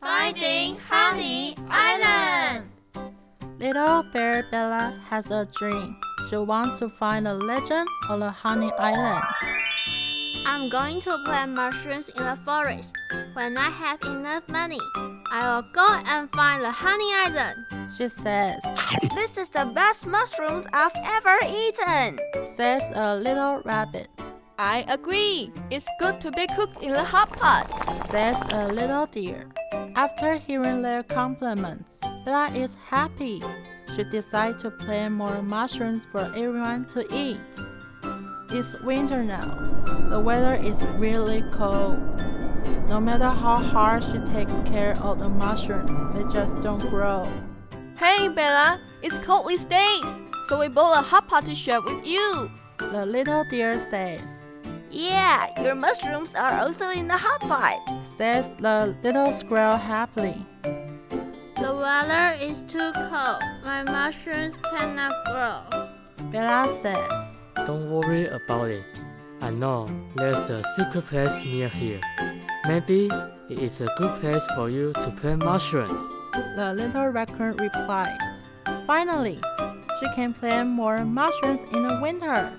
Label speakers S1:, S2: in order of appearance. S1: Finding Honey Island.
S2: Little Bear Bella has a dream. She wants to find a legend on the Honey Island.
S1: I'm going to plant mushrooms in the forest. When I have enough money, I will go and find the Honey Island.
S2: She says,
S3: This is the best mushrooms I've ever eaten.
S2: says a little rabbit,
S4: I agree. It's good to be cooked in a hot pot.
S2: says a little deer. After hearing their compliments, Bella is happy. She decides to plant more mushrooms for everyone to eat. It's winter now. The weather is really cold. No matter how hard she takes care of the mushrooms, they just don't grow.
S4: Hey, Bella, it's cold these days, so we bought a hot pot to share with you.
S2: The little deer says,
S3: Yeah, your mushrooms are also in the hot pot.
S2: says the little squirrel happily.
S1: The weather is too cold. My mushrooms cannot grow.
S2: Bella says,
S5: Don't worry about it. I know there's a secret place near here. Maybe it is a good place for you to plant mushrooms.
S2: The little raccoon replied. Finally, she can plant more mushrooms in the winter.